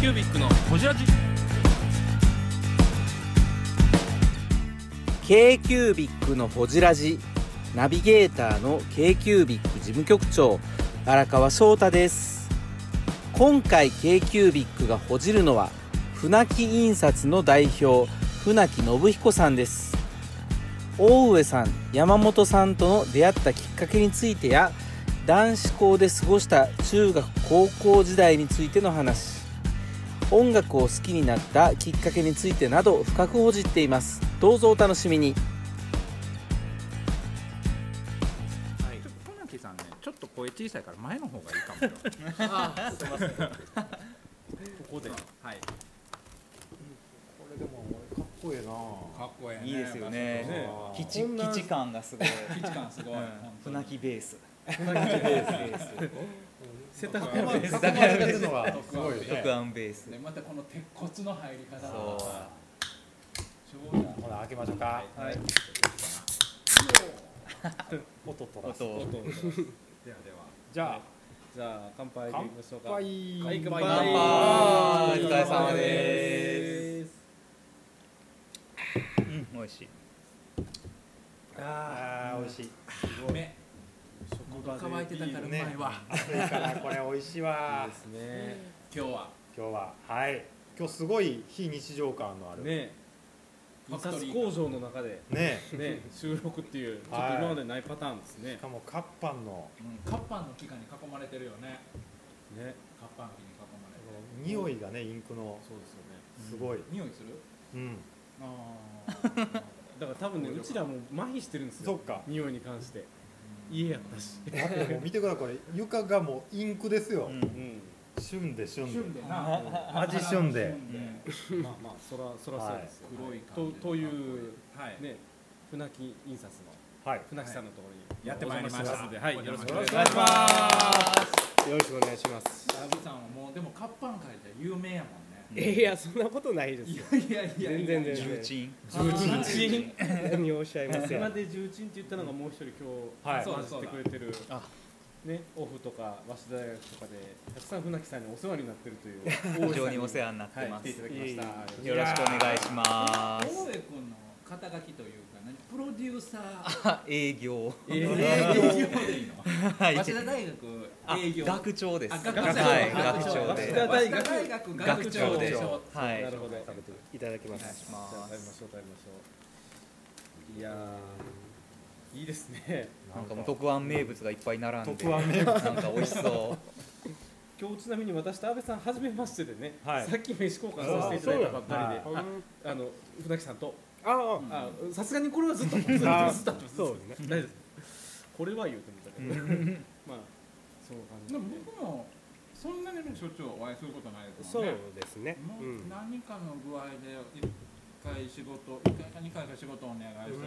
キュービックのこじらじ k c ュービッのほじラジナビゲーターの k c ュービッ事務局長荒川翔太です今回 k c ュービッがほじるのは船木印刷の代表船木信彦さんです大上さん山本さんとの出会ったきっかけについてや男子校で過ごした中学高校時代についての話音楽を好きになったきっかけについてなど深くほじっていますどうぞお楽しみにはいちょっと船木さんねちょっと声小さいから前の方がいいかもよここで。こはいれでもかっこいいな。かっこええいいですよねね基地基地感がすごい基地感すごい、うん船木ベース世田谷ベース。 るのはすごいね。特案ベースでまたこの鉄骨の入り方がそう上手ほら開けましょうか。はい音取らす。音をではではじゃあじゃあ乾杯乾杯。はい乾杯乾杯はおい疲れ様ですうん美味しいああ美味しい。目乾いてたからうまいわ、暑いからこれ美味しいわ。今日は今日ははい。今日すごい非日常感のある。ね。ねファ印クトリ刷ー工場の中で、ね。ね、収録っていうちょっとはい今までないパターンですねしかもカッパンのカッパンの木間に囲まれてるよねねカッパンの木に囲まれて匂いがねインクのそうですよねすごい。匂いするうん。あーだから多分ねうちらもう麻痺してるんですよそっか匂いに関して家やったしだってもう見てくださいこれ床がもうインクですよう。うんん旬で旬で旬。でなマジ旬でうんまあまあそらそらそうですよ黒い感とじでというはいね船木印刷のはい。船木さんのところにやってまいりましたのではいよろしくお願いしお願まいすしますよろしくお願いします。ラビさんはもうでもカッパン界では有名やもんねいやそんなことないですいよ。やいやいや全然全重然。鎮重鎮何をおっしゃいます今よ。で重鎮って言ったのがもう一人は今い日混じってくれてるあねオフとか早稲田大学とかでたくさん船木さんにお世話になってるという非常にお世話になっては まい来すていただきましたよろしくお願いしま大す上君の肩書きというか何プロデューサーあ営業えー営業でいいのは早稲田大学あ営業学長ですあ学長はいあ学長早で稲田大学早稲田大学学長でしょはいなるほど食べていただきまお願いす。しじゃあま食べますしょう食べましょういやーいいですねなんかもう特案名物がいっぱい並んで特案な名んか美味しそ今日ちなみに私と安倍さん初めましてでね、はいさっき飯交換させていただいたばっかりでああ,、の船木さんとああさすがにこれはずっとずっとずっとあずっとずっとそうね大丈夫ですこれは言うてみたけどまあそうで感もじで僕もそんなにね所長お会いすることないですそもうんねですね。もう。うん何かの具合で一回仕事一回か二回か仕事をお願いした具合で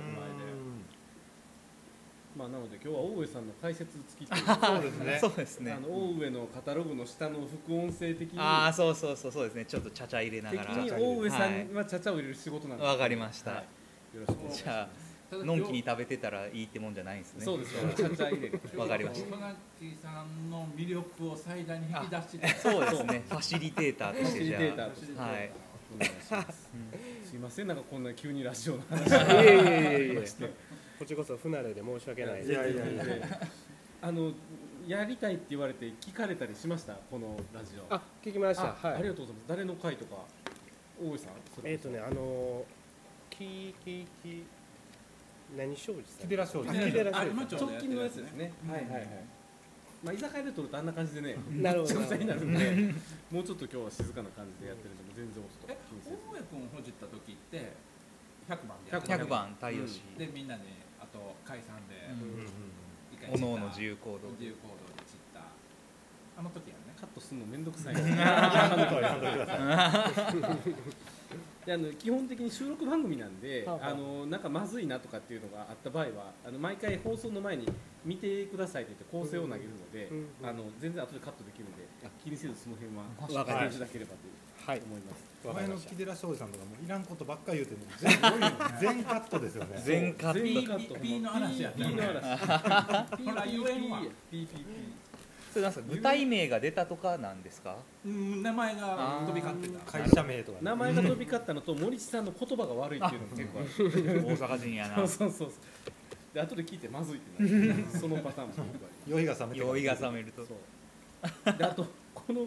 まあなので今日は大上さんの解説付きというか そうですうねそうですねあの大上のカタログの下の副音声的にああそうそうそうそうですねちょっとちゃちゃ入れな的がらに大上さんはちゃちゃを入れる仕事なんですわかりましたはいよろしくお願いしじゃたあだのんきに食べてたらいいってもんじゃないんですまねすそうですよちゃちゃ入れるわかりました今日は船木さんの魅力を最大に引き出してそうですねファシリテーターとしてじゃファシリテーターあとしてはいお願いしますすいませんなんかこんな急にラジオの話いえいえいえいえ。こっちこそ不慣れで申し訳ないいやでいやいやあのやりたいって言われて聞かれたりしましたこのラジオあ、聞きましあた。はありい。がとうございます誰の回とか大上さんそれえっとねあのききき何庄司さん。寺商き事て木寺あ商今事ちょうどやっ直て近るのややつでつですすねねはいはいはいまあ居酒屋で撮るとあんな感じでねなるほめちゃどくちゃになるんでもうちょっと今日は静かな感じでやってるんでもう全然音とかえ気にせず大江君ほじった時って100番でやった100番太陽氏でみんなであと解散でうん一回散ったおのおの自由行動自由行動で散ったあの時やねカットするのめんどく さいであの基本的に収録番組なんで、はあはああのなんかまずいなとかっていうのがあった場合はあの毎回放送の前に見てくださいって言って構成を投げるので、うんうんあの全然後でカットできるので気にせずその辺はわかりましたいただければとは思いいます、わか前りのました木寺商事さんとかもいらんことばっか言うてるの全 全カットですよね全カッ全ト員カットピーピーの嵐やった P の嵐ほら言えんわ P P P れなんですか具体名が出たとかなんですかうん、名前があー飛び交ってた。会社名とかね名前が飛び交ったのと森地さんの言葉が悪いっていうのも結構ある大阪人やなそうそうそうそうで後で聞いてまずいってなるそのパターンも結構あり酔いが覚めてから酔いが覚めるとそうであとこの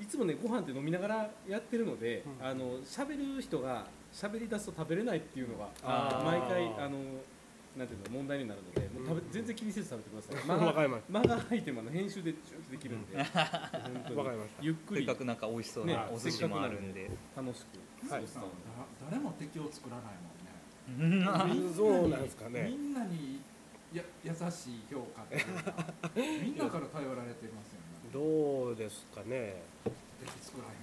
いつもねご飯って飲みながらやってるので、あの喋る人が喋り出すと食べれないっていうのがあー毎回あのなんていうの問題になるのでもう食べ、全然気にせず食べてください間わかがりまし間が空いてもあの編集でチューってできるんで、本当たにわかりましたゆっくせっりか楽くなんか美味しそうなねお寿司もあるんで、しく過ごせたので、だ誰も敵を作らないもんね。うんそうなんですかみねんなにや優しい評価っていうかみんなから頼られてますよねどうですかね敵作らへんわ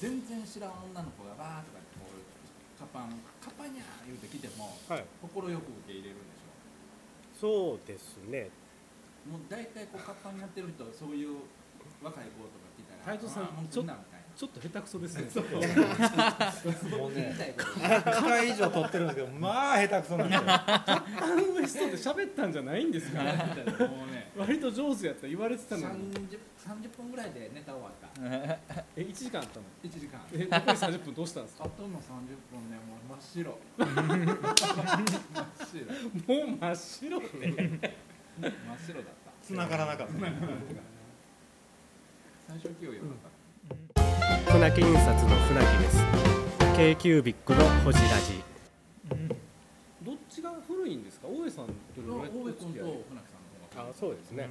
全然知らん女の子がバーとかってこうカパンカパニャー言うて来てもはい快く受け入れるんでしそうですねょもう大体こうカパンやってる人はそういう若い子とか来たら太蔵さんあーもうちょ来んなみたいなちょっと下手くそですねもう言いねたいこと1回以上撮ってるんですけどまあ下手くそ なんですよあの嬉しそうで喋ったんじゃないんですか言いたい こともうね割と上手やった言われてたのに 30, 30分ぐらいでネタ終わったえ1時間あったの1時間あえ残り30分どうしたんですかとの30分ねもう真っ白真っ白もう真っ白で真っ白だった繋がらなかった最初給与だった船木印刷の船木です k キュービックのほじラジ どっちが古いんですか大江さんと大どれぐら江君いと船木さんの方あがそうですね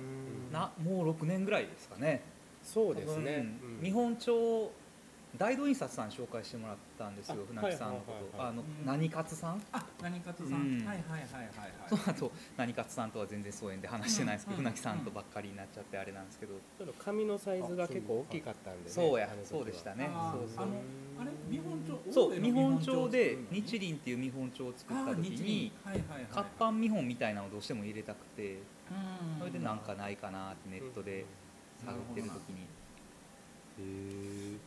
なもう6年ぐらいですかねそうですね多分うん日本町大道印刷さん紹介してもらったんですよあ船木さんのこはいとはいはいはいあのうん何勝さんあ何勝さうんんはいはいはいはいそはの後何勝さんとは全然疎遠で話してないですけどうん船木さんとばっかりになっちゃってあれなんですけどちょっと紙のサイズが結構大きかったんでねそうやあの時はそうでしたいねあそうーそあうのあれ見本帳そ大江うの見本帳で見本日輪っていう見本帳を作ったあー時日に輪はいはいはい活版見本みたいなのをどうしても入れたくうてんそれでなんかないかなってネットで探ってる時に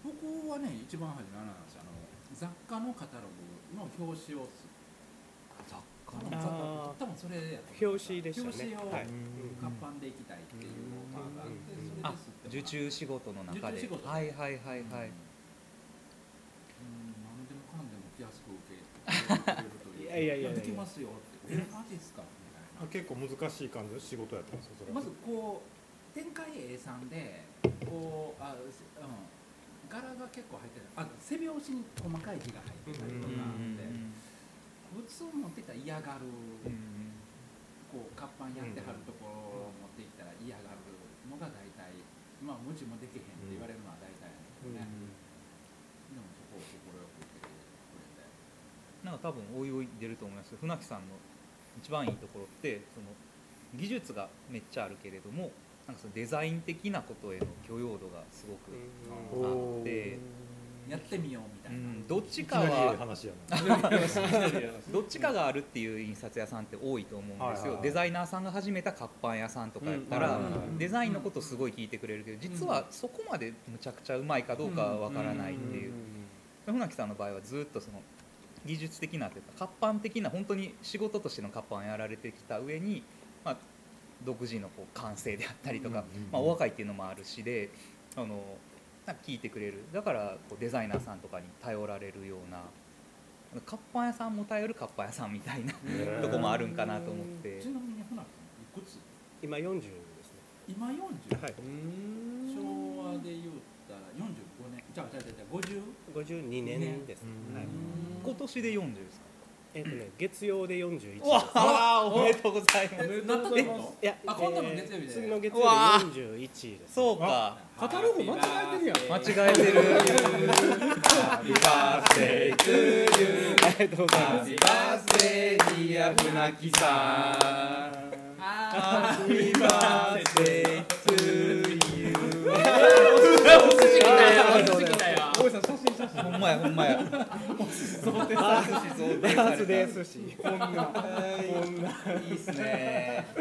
僕はね一番初めあれなんですよあの雑貨のカタログの表紙をす雑多貨分の雑貨あ多分それやと思う表紙でしたね表紙をはい活版でいきたいっていうオファーがあってそれであすってもらって受注仕事の中受で注仕事はいはいはうん、いはい何でもかんでも気安く受け入れてくれるといういやいやいやいやできますよってえマジですかみたいな結構難しい感じの仕事やったんですよそれはまずこう展開 A さんでこうあ、すうん、柄が結構入ってるあ背拍子に細かい字が入ってたりうとんかあって普通持ってたら嫌がるうんうんこう活版やってはるところを持っていったら嫌がるのが大体まあ無知もできへんって言われるのは大体なんですけどね、でもそこを快く受け入れてくれて。なんか多分おいおい出ると思いますけど船木さんの一番いいところってその技術がめっちゃあるけれどもなんかそのデザイン的なことへの許容度がすごく、うあおってーやってみようみたういな、ん、どっちいきかなりええは話やなどっちかがあるっていう印刷屋さんって多いと思うんですはいはいよはいデザイナーさんが始めた活版屋さんとかやったらうんうんうんうんデザインのことすごい聞いてくれるけど実はそこまでむちゃくちゃうまいかどうかはわからないっていう船木さんの場合はずっとその技術的なというか活版的な本当に仕事としての活版やられてきた上に、まあ、独自のこう感性であったりとか、うんうんうんまあ、お若いっていうのもあるしであのなんか聞いてくれるだからこうデザイナーさんとかに頼られるような活版屋さんも頼る活版屋さんみたいなへーとこもあるんかなと思ってちなみに船木さんいくつ今40ですね今 40?、はい昭和で言ったら45年じゃあじゃあじゃあじゃあ50 52年ですうんはい今年で40ですかえっとね月曜で41ですわあおめでとうございまおめすでとうございますいやあ今度の月曜日でえー次の月曜うわ日41ですそうかカタログ間違えてるやん間違え てるありがとうございますあーありがとうござい ます大江さん写真写真ほんまやほんまやバースデー寿司こんなこんないいっすね。い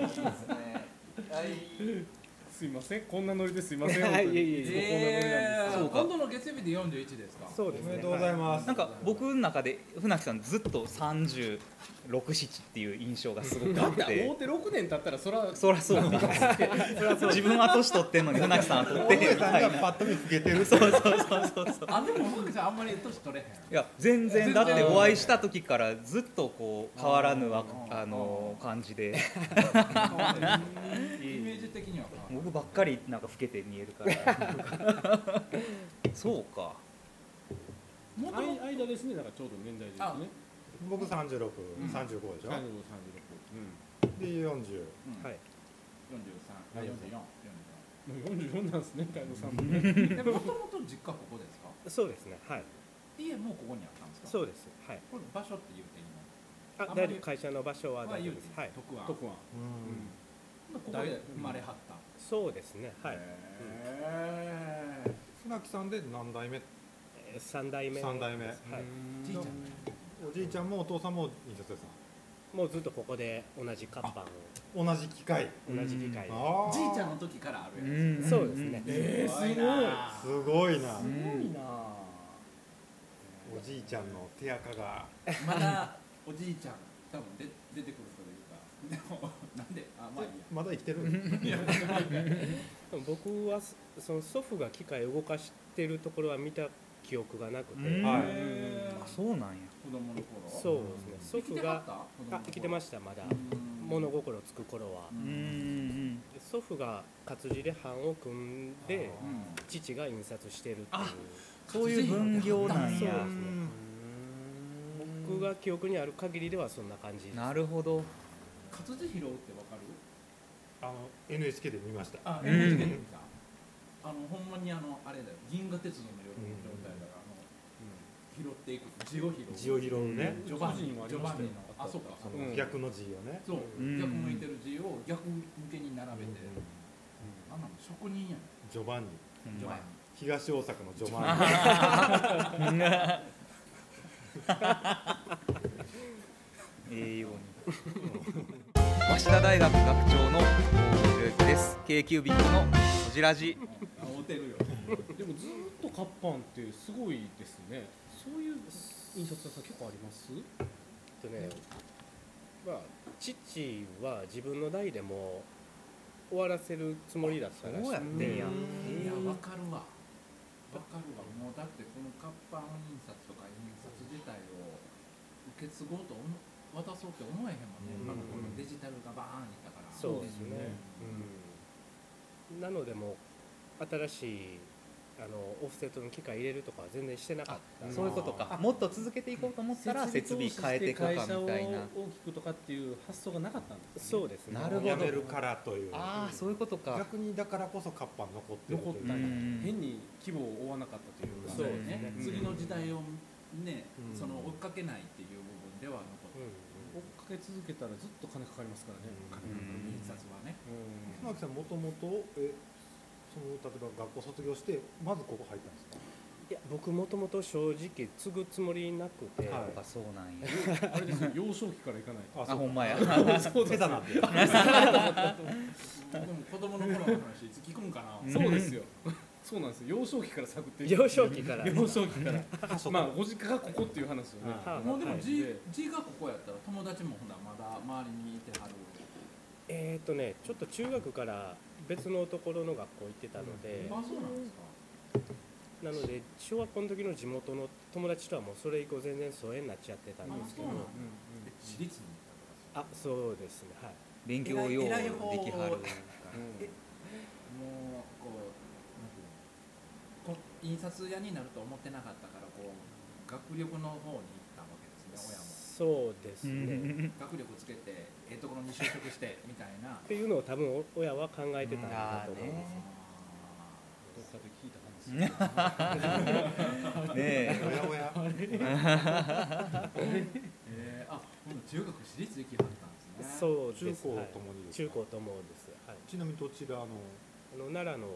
いっすね。すいませんこんなノリですいませんは本い当にいえいえこんなノリなんでいえすー、今度の月曜日で41ですかそうでおすねめでとうございますなんか僕の中で船木さんずっと三十67っていう印象がすごくだあっって大て手6年経ったらそらそらそうなんです自分は年取ってんのに船木さんは取大ってへん上みさんたいがなパッと見つけてるそうそうそうそうそうあでも僕さんあんまり年 取れへんいや全然全然だってお会いした時からずっとこう変わらぬわあーあの感じでイメージ的には変わ僕ばっかりなんか老けて見えるからそうからんあ元い々間ですねだからちょうど年代ですあね僕3635でしょ、ん3536で40うんはい43あ44うんもう44なんですね海野さんもね44でも ともと実家ここですかそうですねはい家もここにあったんですかそうですはいこれ場所って言うていいのああんまり大丈夫会社の場所はまあ大丈言う夫でてすはい徳はこ特番こで生まれはったそうですねはいへー船木さんで何代目えー三代目三代目はいじいちゃんおじいちゃんもお父さんも印刷屋さもうずっとここで同じ活版をん同じ機械同じ議会であーじいちゃんの時からあるやんそうですねえーつすごいなすごいなすごいなおじいちゃんの手垢がまだおじいちゃん多分で出てくる人でいうかでもなんであまあいいやまだ生きてる僕はそその祖父が機械を動かしてるところは見た記憶がなくてうんはいへーあそうなんや子供の頃そうです生ねき祖て父はったが子供のあ頃生きてましたまだうん物心つく頃はううんんで祖父が活字で版を組んでうん父が印刷してるっていうあそういう分業なんそうでやすね僕が記憶にある限りではそんな感じですなるほど活字拾うってわかるあの NHK で見ましたあ、うん NHK で見たあのほんまにあのあれだよ銀河鉄道の夜の状態だからあの拾っていく字を拾う字を拾うねジョバンニジョバのンニもあジりョまバしたンニよのあそうかそうんの逆の字をねそううん逆向いてる字を逆向けに並べてあんなの職人やねジョバンニほんジョバンまや東大阪のジョバンニ栄養に早稲田大学学長の大森裕之です k q b のこじらじニ合うてるよでもずっと活版ってすごいですねそういう印刷屋さん結構ありますえっとねまあ父は自分の代でも終わらせるつもりだったらしそうやくってんやいやわかるわわかるわもうだってこの活版印刷とか印刷自体を受け継ごうと思渡そうって思えへんもんねうん今のこのデジタルがバーンいったからそうですねうんなのでもう新しいあのオフセットの機械入れるとかは全然してなかったそういうことかもっと続けていこうと思ったら設備変えていくかみたいな設備投資して会社を大きくとかっていう発想がなかったんですねそうですねなるほどやめるからというああそういうことか逆にだからこそ活版残ってる残っというたんやうん変に規模を追わなかったというかそうそうでねすね次の時代をねうんその追っかけないっていう部分ではう残っ追っかけん続けたらずっと金かかりますからねうてるん印刷はね うん船木さんもともとえその例えば学校卒業してまずここ入ったんですかいや僕もともと正直継ぐつもりなくて、はいやっぱそうなんやあれですよ幼少期から行かないとあほんまや そうだなってでも子供の頃の話いつ聞くんかなそうですよ。 そうなんですよ。幼少期から探ってる。幼少期から幼少期から。そうまあご実家がここっていう話よね。はいもうでもはい字字がここやったら友達もほんならまだ周りにいてはるえっ、とねちょっと中学から別のところの学校行ってたので、あそうなんですかなので小学校の時の地元の友達とはもうそれ以降全然疎遠になっちゃってたんですけどあそうなんうんえ私立に行ったとかあそうですねはい勉強用でき偉い方はるうんもうこうなんていうのこ印刷屋になると思ってなかったからこう学力の方に行ったわけですねそうです親ねも学力つけてええところに就職してみたいなっていうのを多分お親は考えてたんだと思いうんあーまねす、どっかで聞いた話。ねえおやおやえー、あほんなら中学私立行きはったんですねそう中です、高はいともにです中か高ともです、はい、ちなみにどちらのあの奈良の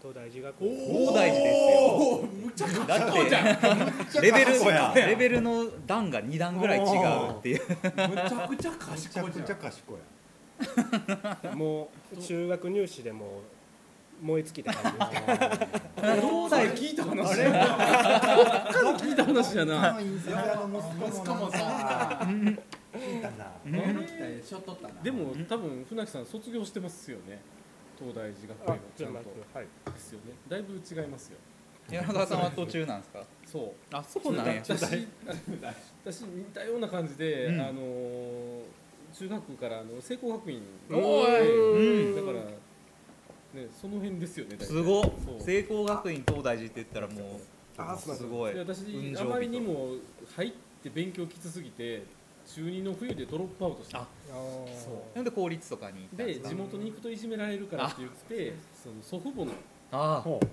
東大寺学校東大寺ですおむちゃくちゃよだってレベむっちゃ賢いやんルレベルの段が2段ぐらい違うっていうむちゃくちゃめ賢いちじゃゃんくちゃ賢いもう中学入試でもう燃え尽きた 感じですねどうだい聞いた話やな。どっかで聞いた話やな。や印刷屋の息子もなんか聞いたなうこのん期待しょっとったなでも多分船木さん卒業してますよね東大寺学園あはちじゃゃんなとくはいですよねだいぶ違いますよ柳川さんは途中なんですかそうあそうなんや私 私似たような感じで、うんあのー中学からあの聖光学院おーいだからねその辺ですよね大体すごっそう聖光学院東大寺って言ったらもあうすいませすんごいで私運あ上まり人にも入って勉強きつすぎて中二の冬でドロップアウトしたあなんで公立とかに行ったんでですか地元に行くといじめられるからって言ってその祖父母のあほう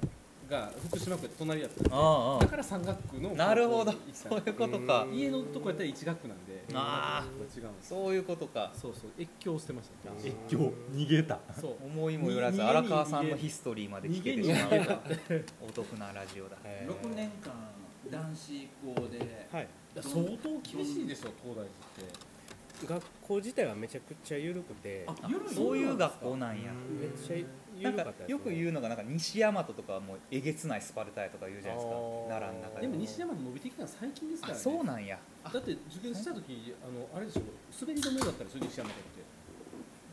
が福島区で隣だったあああだから山岳区のあなるほど高校に行ってそうんいうこたでとかす家のとこやったら一学区なんであ違うんですそういうことかそうそう越境してましたね越境逃げたそう思いもよらずに逃げに荒川さんのヒストリーまで聞けてしまう逃げに逃げたお得なラジオだ6年間男子校ではい相当厳しいでしょ東大学校自体はめちゃくちゃ緩くてああ夜のそういう学校なんやめっちゃな緩んかかったですねよく言うのがなんか西大和とかはもうえげつないスパルタやとか言うじゃないですかあー奈良の中寺ってででもも西山の伸びてきたのは最近ですかあらねそうなんやあだって受験した時あのあれでしょ滑り止めだったでしょ西山だって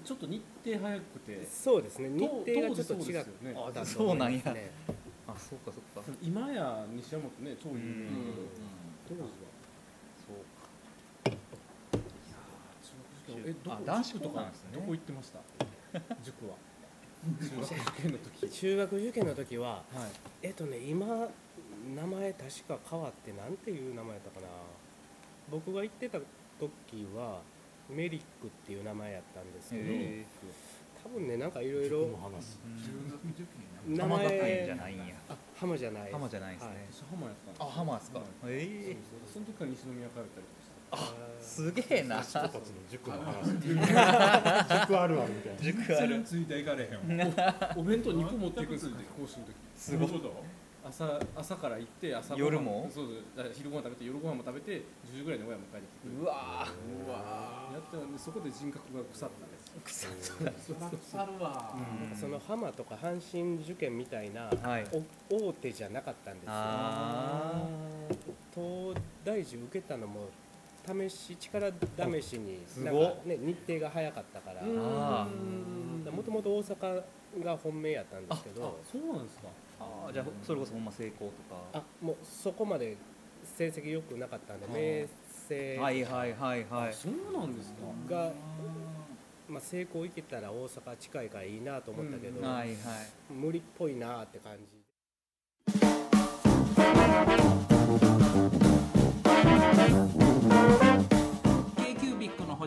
ちょっと日程早くてそうですね日と程がちょっ当と時そう違でうすよねあだとそう思いなまんやすねあそうかそうか今や西山ってね超有名うだんうんけどそう当時はえどこあ男子塾と校なかんですねどこ行ってました塾は中学受験の時中学受験の時ははいえっとね今名前確か変わってなんていう名前だったかな僕が行ってた時はメリックっていう名前やったんですけど、へ多分ねなんかいろいこのろ話中学受験やえ名浜学園じゃ前ないんや浜じゃない浜じゃないですね私浜やったあん浜ですかはいそうええそうその時から西宮通ったりとかしたあすげえな人たちの塾の話塾あるわみたいな塾あるついていかれへんわおお弁当2個持っていくんですよ講師の時すごい朝朝から行って朝ごはん夜もそうそうだから昼ご飯食べて夜ご飯も食べて10時ぐらいに親も帰ってきてくれるうわうわやったんでそこで人格が腐ったんですー腐っー腐るわなんかその浜とか阪神受験みたいな、はいお大手じゃなかったんですよあ東大寺受けたのも試し力試しにすなごんっか、ね、日程が早かったからんあもともと大阪が本命やったんですけどそうなんですかーあーじゃあそれこそほんま成功とあかもうそこまで成績良くなかったんであ明星、はいはいはいはいそうなんですかが、まあ、成功行けたら大阪近いからいいなと思ったけど、はいはい無理っぽいなって感じ。 k q b i c のほ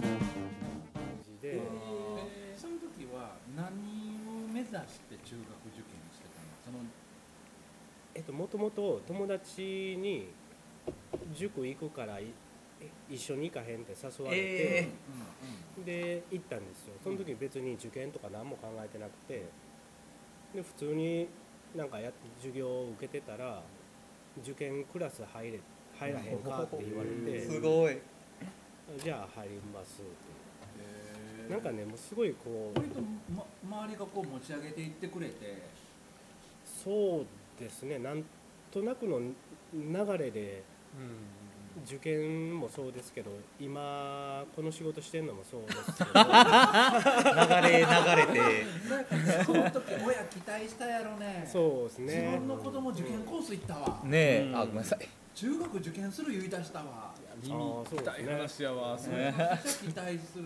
感じでそういう時は何を目指して中学受験してたのそのえっともともと友達に塾行くからい一緒に行かへんって誘われて、で行ったんですよその時別に受験とか何も考えてなくてで普通になんかや授業を受けてたら受験クラス入れ入らへんかって言われてすごいじゃあ入りますってなんかねもうすごいこう割と、ま、周りがこう持ち上げていってくれてそうですねなんとなくの流れで受験もそうですけど今この仕事してるのもそうですけど流れ流れてその時親期待したやろねそうです自ね分の子供受験コース行ったわ、ねえ、うんあごめんなさい中学受験する言い出したわ耳あーそうですね痛い話やわそそれはめっちゃ期待するよね、う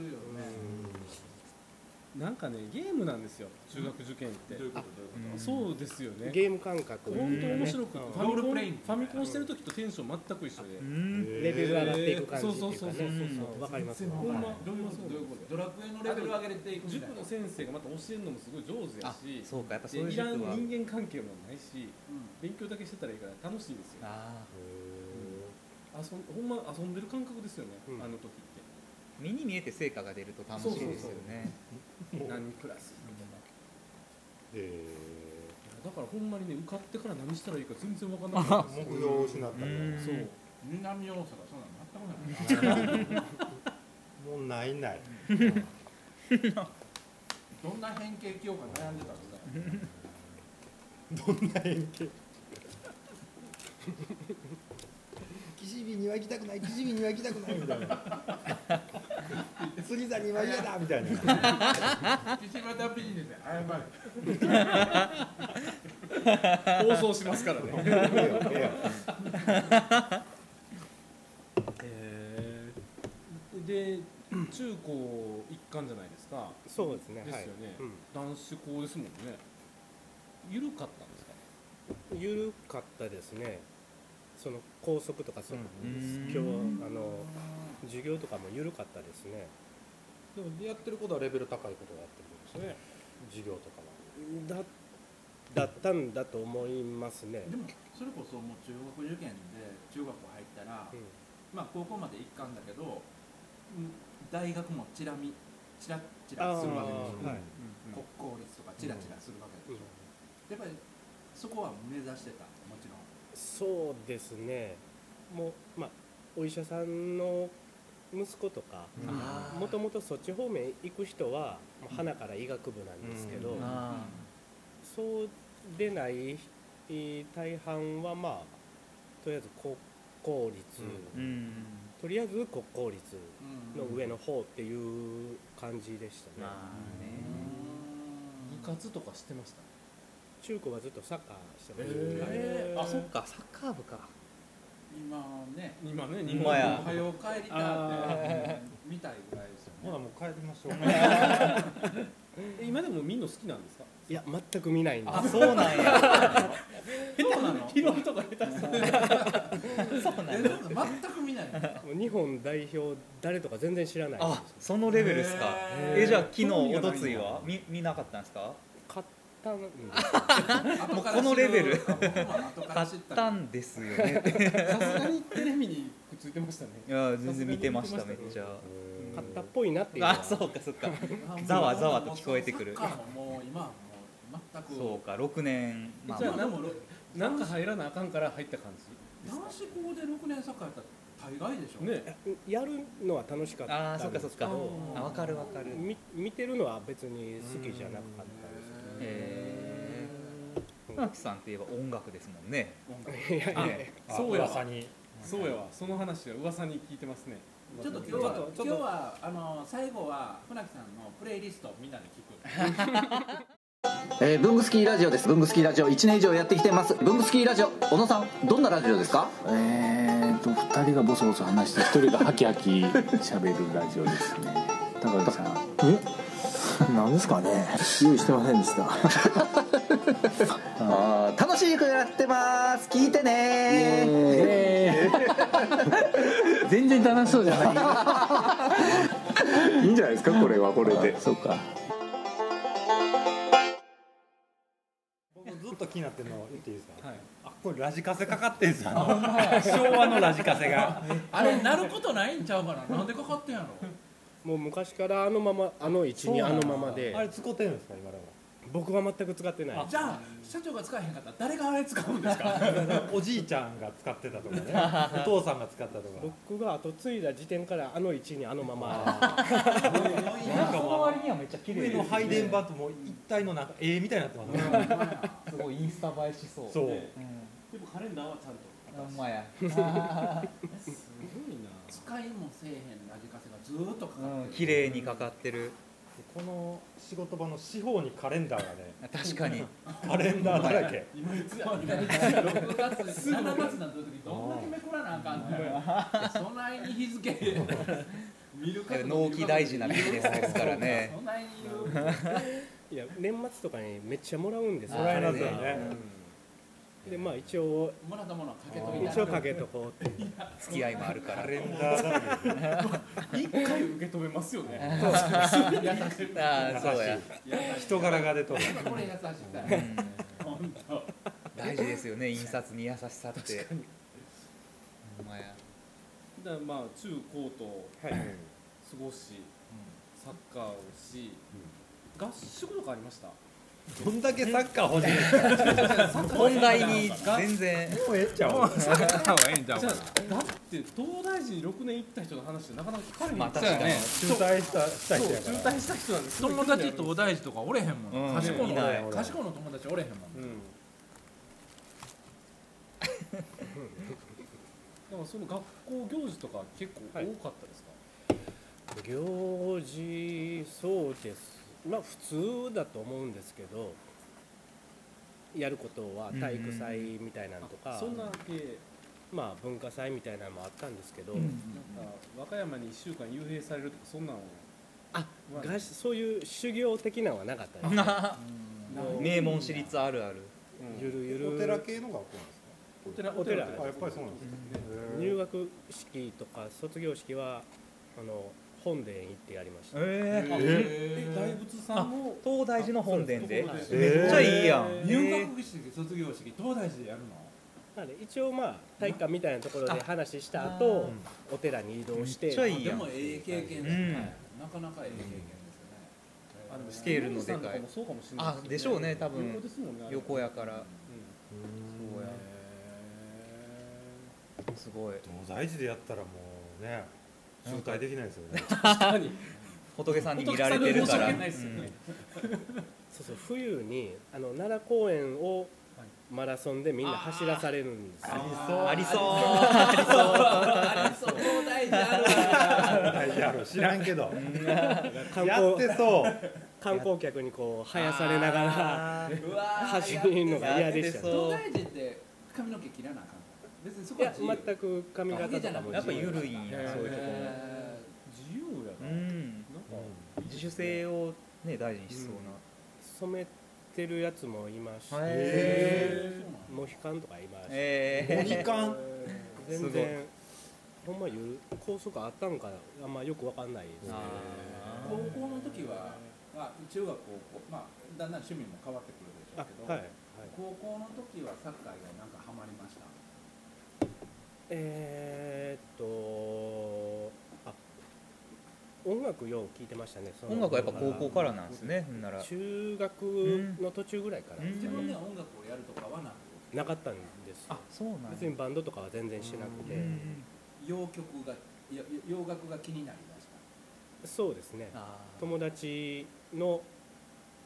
なんかねゲームなんですよ中学受験って、どういうことどういうことうんそうですよねゲーム感覚本当面白くてうんファミロールコプレンフイングァミコンしてる時とテンション全く一緒でうんレベル上がっていく感じってそうそいううかそうそうねそううんわかりますほんまどういうことどういうことドラクエのレベル上げていくみたいな塾の先生がまた教えるのもすごい上手あやしそうかやっぱそういうで人いらはん人間関係もないしうん勉強だけしてたらいいから楽しいんですよあ遊んほんま遊んでる感覚ですよね、うあんの時っー目に見えて成果が出ると楽しいですよねて何クラスえだからほんまにね受かってから何したらいいか全然分かんなかった目んです標よを失ったんだうんそう南大阪そんなの全くないもうないないどんな変形教科悩んでたんですかどんな円形岸火には行きたくない岸火には行きたくないみたいな釣り座には嫌だみたいな 岸和田ビジネスで謝る放送しますからねえーで中高一貫じゃないですかそうですねですよね、はい男子校ですもんね緩かったんですかうん緩かったですねその校則とかそう、ん今日あの授業とかも緩かったですねでもやってることはレベル高いことをやってるんですね授業とかはだだったんだと思いますねでもそれこそもう中学受験で中学校入ったら、うんまあ高校まで一貫だけどうん大学もチラ見チラチあラーするわけでしょ、はい国公立とかチラチラするわけでしょ、やっぱりそこは目指してたもちろんそうですねもうまあお医者さんの息子とかあーもともとそっち方面行く人はもう花から医学部なんですけど、うんあそうでないえー大半はまあとりあえず国公立、ーうんとりあえず国公立のうん上の方っていう感じでしたね、まあね部活とかしてました中高はずっとサッカーしてました、えーあそっかサッカー部か今ね今ねほんまやおはよう帰りたって見たいぐらいですよねほらもう帰りましょうえ今でもみんな好きなんですかいや全く見ないんですあそう な んやそうなの広いとか下手したらそうなんえやなんか全く見ないのもう日本代表誰とか全然知らないあそのレベルですかえじゃあ昨日興味おがないとなついは見見なかったんですか買ったんうんもうこのレベル買買ったんですよねってさすがにテレビにくっついてましたねいや全然見てましためっちゃ買ったっぽいなっていうのはあそうかそうかざわざわと聞こえてくるサッカーももう今はもう全くそうか6年まあじゃあまあなんもなんか入らなあかんから入った感男子校で六年サッカーやったら大概でしょじねやるのは楽しかったあーそっんでかそすっかうんあ分かる分かるみ見てるのは別に好きじゃなかったへえー船木さんっていえば音楽ですもんねんです、いやいやいやそうやわ噂にそうやわその話は噂に聞いてますねちょっと今日は今日はあの最後は船木さんのプレイリストをみんなで 聞くえー、ブングスキーラジオですブングスキーラジオ1年以上やってきてますブングスキーラジオ小野さんどんなラジオですかえーと2人がボソボソ話して1人がハキハキ喋るラジオですね高橋さんえなんですかね用意してませんでしたあー楽しい曲やってます聞いてね 全然楽しそうじゃないい いんじゃないですかこれはこれでそうか僕ずっと気になってるの言っていいですか、はいあこれラジカセかかってんですよあの昭和のラジカセがあれなることないんちゃうかななんでかかってんやろもう昔からあのままあの位置にあのままあでれ使ってるんですか今でも僕は全く使ってないじゃあ社長が使えへんかったら誰があれ使うんです かおじいちゃんが使ってたと かねお父さんが使ったとか僕が後継いだ時点からあの位置にあのままなんかその もう割にはめっちゃ綺麗上の配電盤ともう一体のなんか絵みたいになってますねすごいインスタ映えしそうそううんでもカレンダーはちゃんとほんまやすごいな使いもせえへんラジカセがずーっとかかうんってる綺麗にかかってるこの仕事場の四方にカレンダーがね確かにカレンダーだらけ今いつやみたいな6月7月になった時どんだけめくらなあかんのやそないに日付ね納期大事な時期ですからねそんなに言ういや年末とかにめっちゃもらうんですよもらえますすよねでまあ一応もらったものはかけといた一応かけとこうって付き合いもあるから一回受け止めますよね。ああそうや人柄が出とるこれ優しさや本当大事ですよね印刷に優しさってほんまやだからまあ中高とは過いごし、サッカーをし、合宿とかありました。どんだけサッカー欲しい本題に全 然もうええっちゃうた方がいいんちゃうじかゃなあだって東大寺に6年行った人の話ってなかなか聞かれへんまあそ確かに中退したしたう人中やから退した人なんです友達とお大事とかおれへんもんなうん賢いいのない賢いの友達おれへんもんうんでもその学校行事とか結構多かったですか、行事そうですまあ普通だと思うんですけどやることは体育祭みたいなのとか、そんな系まあ文化祭みたいなのもあったんですけど、なんか和歌山に1週間幽閉されるとかそんなのあはがそういう修行的なのはなかったです、名門私立あるあるゆるゆるお寺系の学校なんですお寺お寺かあやっぱりそうなんですね入学式とか卒業式はあの本殿行ってやりました、えええ大仏さんも東大寺の本殿でそうですえめっちゃいいやん入学式卒業式東大寺でやるのなので一応まあ体育館みたいなところで話した後お寺に移動してめっちゃいいでもええ経験ですねなかなかええ経験ですねあのスケールのでかい宮司さんともそうかもしれないあでしょうね多分横ですもんねあれ横やからうんそうやすごい東大寺でやったらもうね招待できないですよね仏さんに見られてるから仏さんに申し訳ないですよねそうそう冬にあの奈良公園をマラソンでみんな走らされるんですようんありそう 東大寺ある大寺ある知らんけど観や光ってそう 観光客にこう生やされながらあーうわー走るのが嫌でしたね東大寺って髪の毛切らなあかんから別にそいこはや自由全く髪型とかもやっぱ自由緩いんやそういうとこもえ自由やうな、んなんか、自主性をね大事にしそう染めてるやつもいましたなーへそうなんだモヒカンとかいましたえモヒカン全然ほんまゆる高速あったんかあんまよくわかんないですね高校の時は、まあ、中学高校、まあ、だんだん趣味も変わってくるでしょあうけど、はい、はい、高校の時はサッカーがなんかハマりましたえー、っとあ音楽よう聞いてましたねその音楽はやっぱ高校からなんですねほんなら中学の途中ぐらいから、うん自分では音楽をやるとかはなくなかったんですよそうなん別にバンドとかは全然してなくて、洋曲がいや洋楽が気になりましたそうですねあー友達の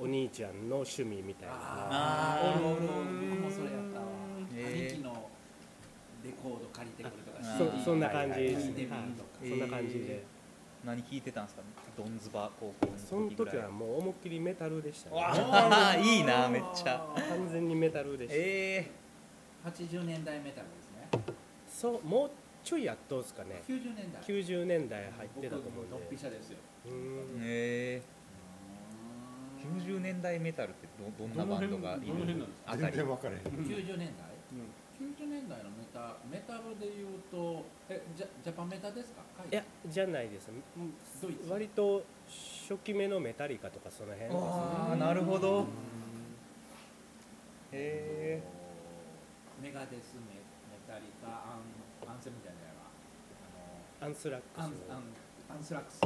お兄ちゃんの趣味みたいなあああーおるおるおる僕もそれやったわへー兄貴のレコード借りてくるとかあそ CD そんな感聞じでいすてみねる、はいとかえそんな感じで、え何聞いてたんですかドンズバ高校そのの時ぐら時いはもう思いっきりメタルでした、わね、あ いいなめっ ちゃ完全にメタルでした、え80年代メタルですねそうもうちょいやっとですかね90年代90年代入ってたと思僕うドんッでピシャですようえんええ90年代メタルってどどんなバンドがいどのる辺どの辺なんですあた全り然分かれへん90年代、90年代のメタメタルでいうとえジャジャパンメタですか海い外やじゃないですドイツ割と初期めのメタリカとかその辺ですああなるほどへメガデスメメタリカアンアンセムじゃないわアンスラックあのアンスアのンアンスラックス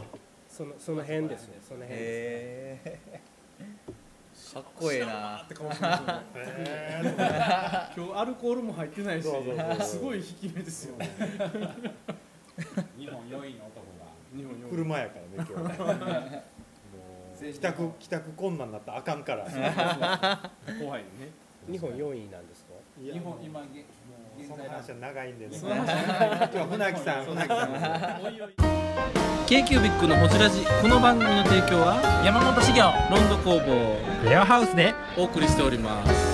そのその辺ですねそのえ辺へですえかっこええなって顔してますよね今日アルコールも入ってないしそうそうそうすごい引き目ですよね日本4位の男が日本より車やからね今日もう帰 宅帰宅困難になったらあかんから怖いね日本4位なんですかいや日本今げ現その在ラン話キはング長いんでねその今日は船木さん船木さん k q b i c のホジラジこの番組の提供は山本資源ロンド工房レアハウスでお送りしております